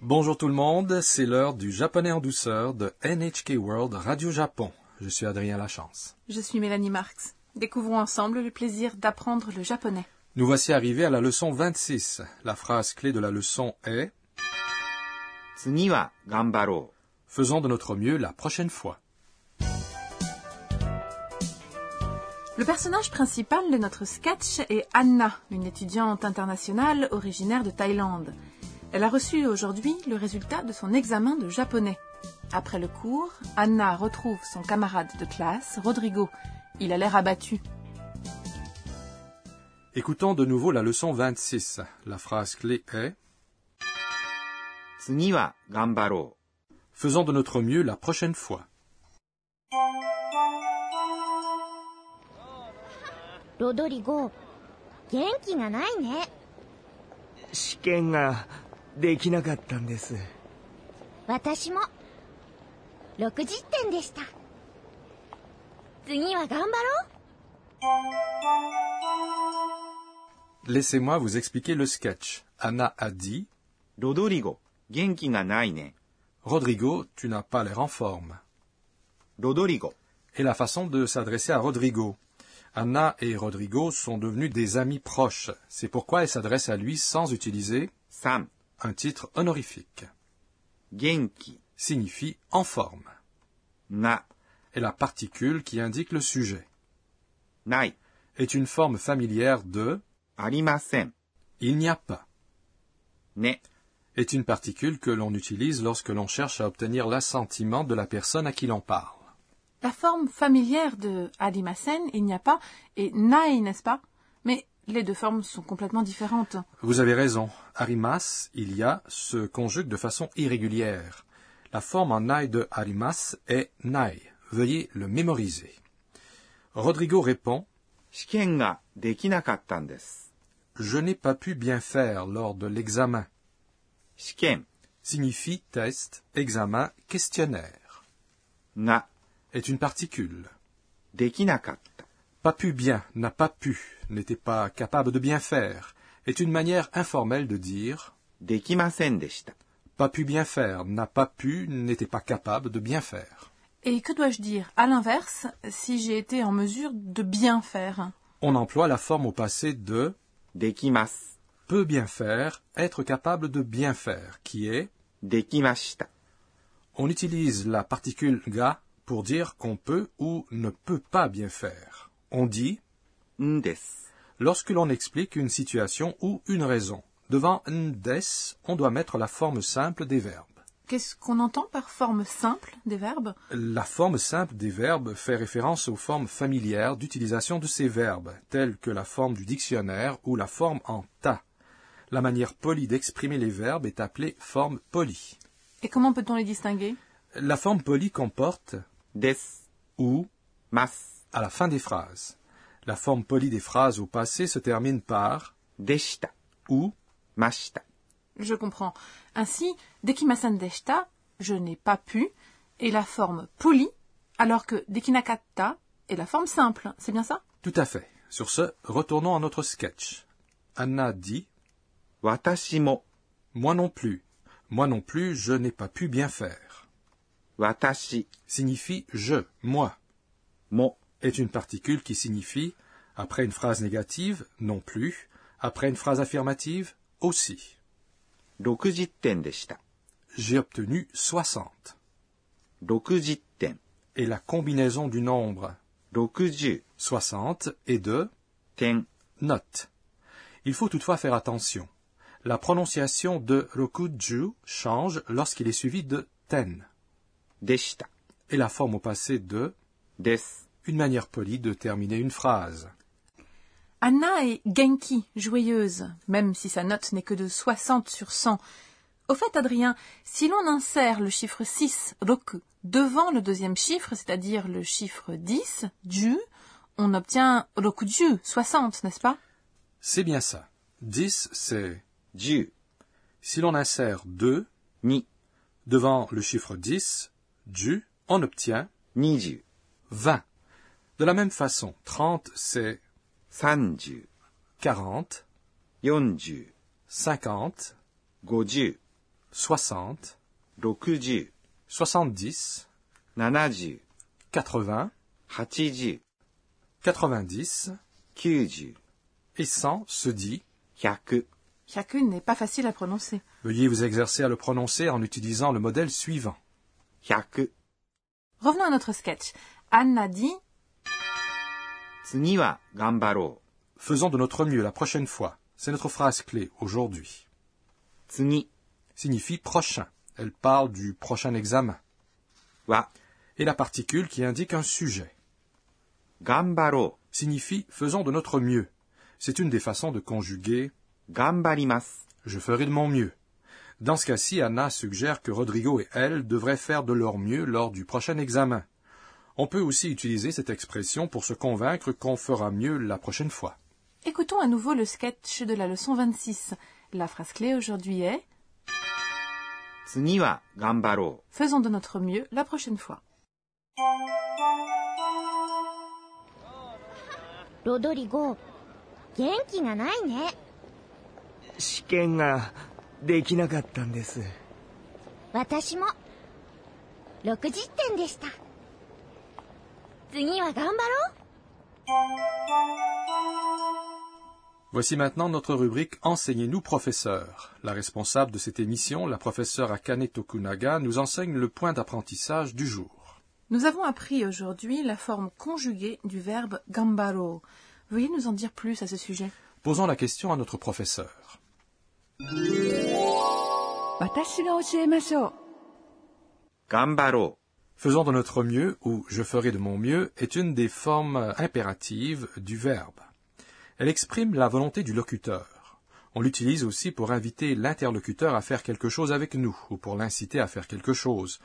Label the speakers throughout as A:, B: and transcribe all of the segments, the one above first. A: Bonjour tout le monde, c'est l'heure du japonais en douceur de NHK World Radio Japon. Je suis Adrien Lachance.
B: Je suis Mélanie Marx. Découvrons ensemble le plaisir d'apprendre le japonais.
A: Nous voici arrivés à la leçon 26. La phrase clé de la leçon est
C: 次は頑張ろ
A: Faisons de notre mieux la prochaine fois.
B: Le personnage principal de notre sketch est Anna, une étudiante internationale originaire de Thaïlande. Elle a reçu aujourd'hui le résultat de son examen de japonais. Après le cours, Anna retrouve son camarade de classe, Rodrigo. Il a l'air abattu.
A: Écoutons de nouveau la leçon 26. La phrase clé est
C: う次は頑張ろ
A: Faisons de notre mieux la prochaine fois.
D: ロドリゴ元気がないね
E: 試験ができなかったんです
D: 私も60点でした次は頑張ろう
A: Laissez-moi vous expliquer le sketch. Anna a dit
C: うロドリゴ元気がないね
A: Rodrigo, tu n'as pas l'air en forme.
C: ロドリゴ
A: et la façon de s'adresser à Rodrigo. Anna et Rodrigo sont devenus des amis proches. C'est pourquoi elle s'adresse à lui sans utiliser
C: さん
A: un titre honorifique.
C: 元気
A: Signifie en forme.
C: が
A: Et la particule qui indique le sujet
C: ない、
A: est une forme familière de
C: ありません、
A: il n'y a pas
C: ね、
A: est une particule que l'on utilise lorsque l'on cherche à obtenir l'assentiment de la personne à qui l'on parle.
B: La forme familière de Adimasen, il n'y a pas, et Nai, n'est-ce pas Mais les deux formes sont complètement différentes.
A: Vous avez raison. Arimas, il y a, se conjugue de façon irrégulière. La forme en nai de arimas est nai. Veuillez le mémoriser. Rodrigo répond
C: 試験ができなかったんです。
A: Je n'ai pas pu bien faire lors de l'examen.
C: 試験
A: Signifie test, examen, questionnaire.
C: が
A: Est une particule.
C: できなかった。
A: Pas pu bien, n'a pas pu, n'était pas capable de bien faire. Est une manière informelle de dire
C: できませんでした。
A: pas pu bien faire, n'a pas pu, n'était pas capable de bien faire.
B: Et que dois-je dire À l'inverse, si j'ai été en mesure de bien faire.
A: On emploie la forme au passé de
C: できます。
A: peut bien faire, être capable de bien faire, qui est
C: できました。
A: on utilise la particule ga pour dire qu'on peut ou ne peut pas bien faire. On dit
C: んです。
A: lorsque l'on explique une situation ou une raison. Devant ndes, on doit mettre la forme simple des verbes.
B: Qu'est-ce qu'on entend par forme simple des verbes
A: La forme simple des verbes fait référence aux formes familières d'utilisation de ces verbes, telles que la forme du dictionnaire ou la forme en ta. La manière polie d'exprimer les verbes est appelée forme polie.
B: Et comment peut-on les distinguer
A: La forme polie comporte
C: です。
A: ou
C: ます。
A: à la fin des phrases. La forme polie des phrases au passé se termine par
C: でした。
A: ou.
C: ました。
B: Je comprends. Ainsi, dekimasen deshita, je n'ai pas pu, est la forme polie, alors que dekinakatta est la forme simple, c'est bien ça
A: Tout à fait. Sur ce, retournons à notre sketch. Anna dit
C: 私も、
A: Moi non plus. Moi non plus, je n'ai pas pu bien faire.
C: 私
A: Signifie je, moi,
C: も、
A: est une particule qui signifie, après une phrase négative, non plus, après une phrase affirmative, aussi.
C: 60点でした。
A: J'ai obtenu 60.
C: 60点、
A: Et la combinaison du nombre
C: 60
A: 60 et de
C: 点、
A: Note. Il faut toutefois faire attention. La prononciation de rokuju change lorsqu'il est suivi de ten,
C: でした。
A: et la forme au passé de,
C: です。
A: une manière polie de terminer une phrase.
B: Anna est genki, joyeuse, même si sa note n'est que de 60 sur 100. Au fait, Adrien, si l'on insère le chiffre 6, roku, devant le deuxième chiffre, c'est-à-dire le chiffre 10, ju, on obtient rokuju, 60, n'est-ce pas
A: C'est bien ça. 10, c'est
C: 10、
A: si l'on insère 2
C: 2、
A: devant le chiffre 10, ju, on obtient
C: 20、
A: 20. De la même façon, 30, c'est
C: 30、
A: 40,
C: 40、
A: 50,
C: 50、
A: 60,
C: 60、
A: soixante-dix,
C: 70、
A: quatre-vingts,
C: 80、
A: quatre-vingt-dix
C: 90、
A: et cent se dit
C: 100。
B: Chacune n'est pas facile à prononcer.
A: Veuillez vous exercer à le prononcer en utilisant le modèle suivant.
C: 100。
B: Revenons à notre sketch. Anna dit
C: 次は頑張ろう。
A: Faisons de notre mieux la prochaine fois. C'est notre phrase clé aujourd'hui.
C: 次
A: Signifie prochain. Elle parle du prochain examen.
C: は
A: Et la particule qui indique un sujet
C: 頑張ろ
A: signifie faisons de notre mieux. C'est une des façons de conjuguer
C: う。頑張ります。
A: Je ferai de mon mieux. Dans ce cas-ci, Anna suggère que Rodrigo et elle devraient faire de leur mieux lors du prochain examen. On peut aussi utiliser cette expression pour se convaincre qu'on fera mieux la prochaine fois.
B: Écoutons à nouveau le sketch de la leçon 26. La phrase clé aujourd'hui est
C: 次は頑張ろ
B: Faisons de notre mieux la prochaine fois.
D: ロドリゴ元気がないね
E: 試験ができなかったんです
D: 私も60点でした次は頑張ろう
A: Voici maintenant notre rubrique Enseignez-nous, professeur. La responsable de cette émission, la professeure Akane Tokunaga, nous enseigne le point d'apprentissage du jour.
B: Nous avons appris aujourd'hui la forme conjuguée du verbe gambaro. Veuillez nous en dire plus à ce sujet.
A: Posons la question à notre professeur.
F: Watashiが教えましょう。
C: う。頑張ろ
A: Faisons de notre mieux ou je ferai de mon mieux est une des formes impératives du verbe. Elle exprime la volonté du locuteur. On l'utilise aussi pour inviter l'interlocuteur à faire quelque chose avec nous ou pour l'inciter à faire quelque chose.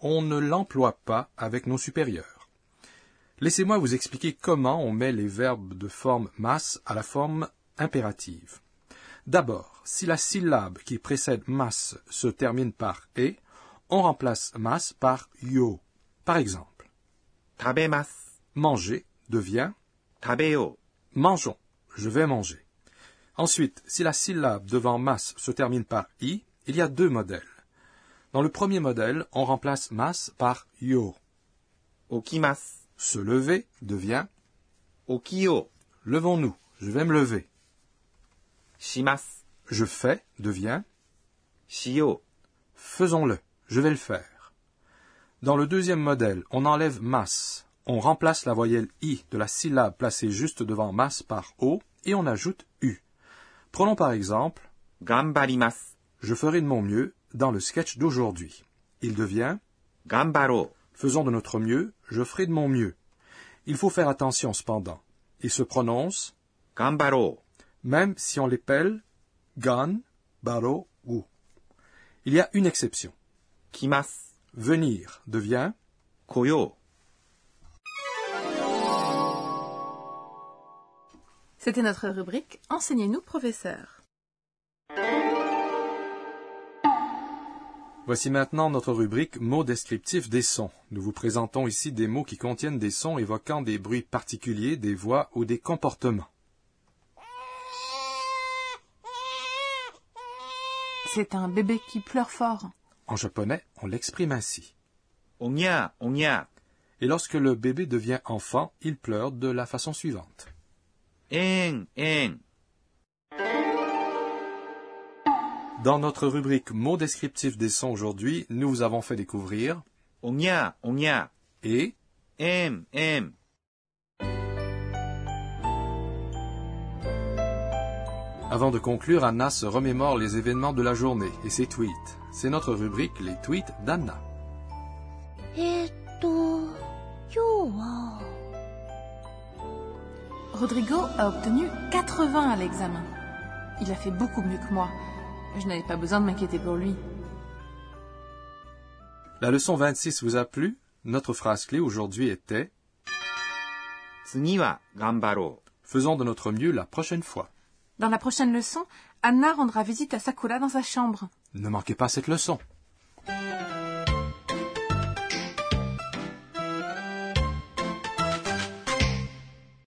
A: On ne l'emploie pas avec nos supérieurs. Laissez-moi vous expliquer comment on met les verbes de forme masse à la forme impérative. D'abord, si la syllabe qui précède mas se termine par e, on remplace mas par yo. Par exemple,
C: う。食べます。
A: manger devient
C: 食べよ
A: mangeons. Je vais manger. Ensuite, si la syllabe devant mas se termine par i, il y a deux modèles. Dans le premier modèle, on remplace mas par yo.
C: う。起きます。
A: Se lever devient
C: 起きよう。
A: levons-nous. Je vais me lever.
C: します。
A: Je fais devient
C: しよう。
A: Faisons-le. Je vais le faire. Dans le deuxième modèle, on enlève masse. On remplace la voyelle i de la syllabe placée juste devant masse par o et on ajoute u. Prenons par exemple
C: 頑張ります。
A: Je ferai de mon mieux dans le sketch d'aujourd'hui. Il devient
C: 頑張ろ
A: Faisons de notre mieux, je ferai de mon mieux. Il faut faire attention cependant. Il se prononce
C: う。頑張ろう。
A: même si on l'épelle gan, baro ou. Il y a une exception.
C: 来ます。
A: Venir devient
C: 来よう。
B: C'était notre rubrique Enseignez-nous, professeur.
A: Voici maintenant notre rubrique mots descriptifs des sons. Nous vous présentons ici des mots qui contiennent des sons évoquant des bruits particuliers, des voix ou des comportements.
B: C'est un bébé qui pleure fort.
A: En japonais, on l'exprime ainsi.
C: おにゃー、おにゃ
A: Et lorsque le bébé devient enfant, il pleure de la façon suivante.
C: ー。えーん、えーん。
A: Dans notre rubrique mots descriptifs des sons aujourd'hui, nous vous avons fait découvrir
C: おにゃー、おにゃ
A: et
C: ー。えーん、えーん。
A: Avant de conclure, Anna se remémore les événements de la journée et ses tweets. C'est notre rubrique les tweets d'Anna.
D: えー、っと今日は
B: Rodrigo a obtenu 80 à l'examen. Il a fait beaucoup mieux que moi. Je n'avais pas besoin de m'inquiéter pour lui.
A: La leçon 26 vous a plu Notre phrase clé aujourd'hui était
C: 次は頑張ろ
A: Faisons de notre mieux la prochaine fois.
B: Dans la prochaine leçon, Anna rendra visite à Sakura dans sa chambre.
A: Ne manquez pas cette leçon.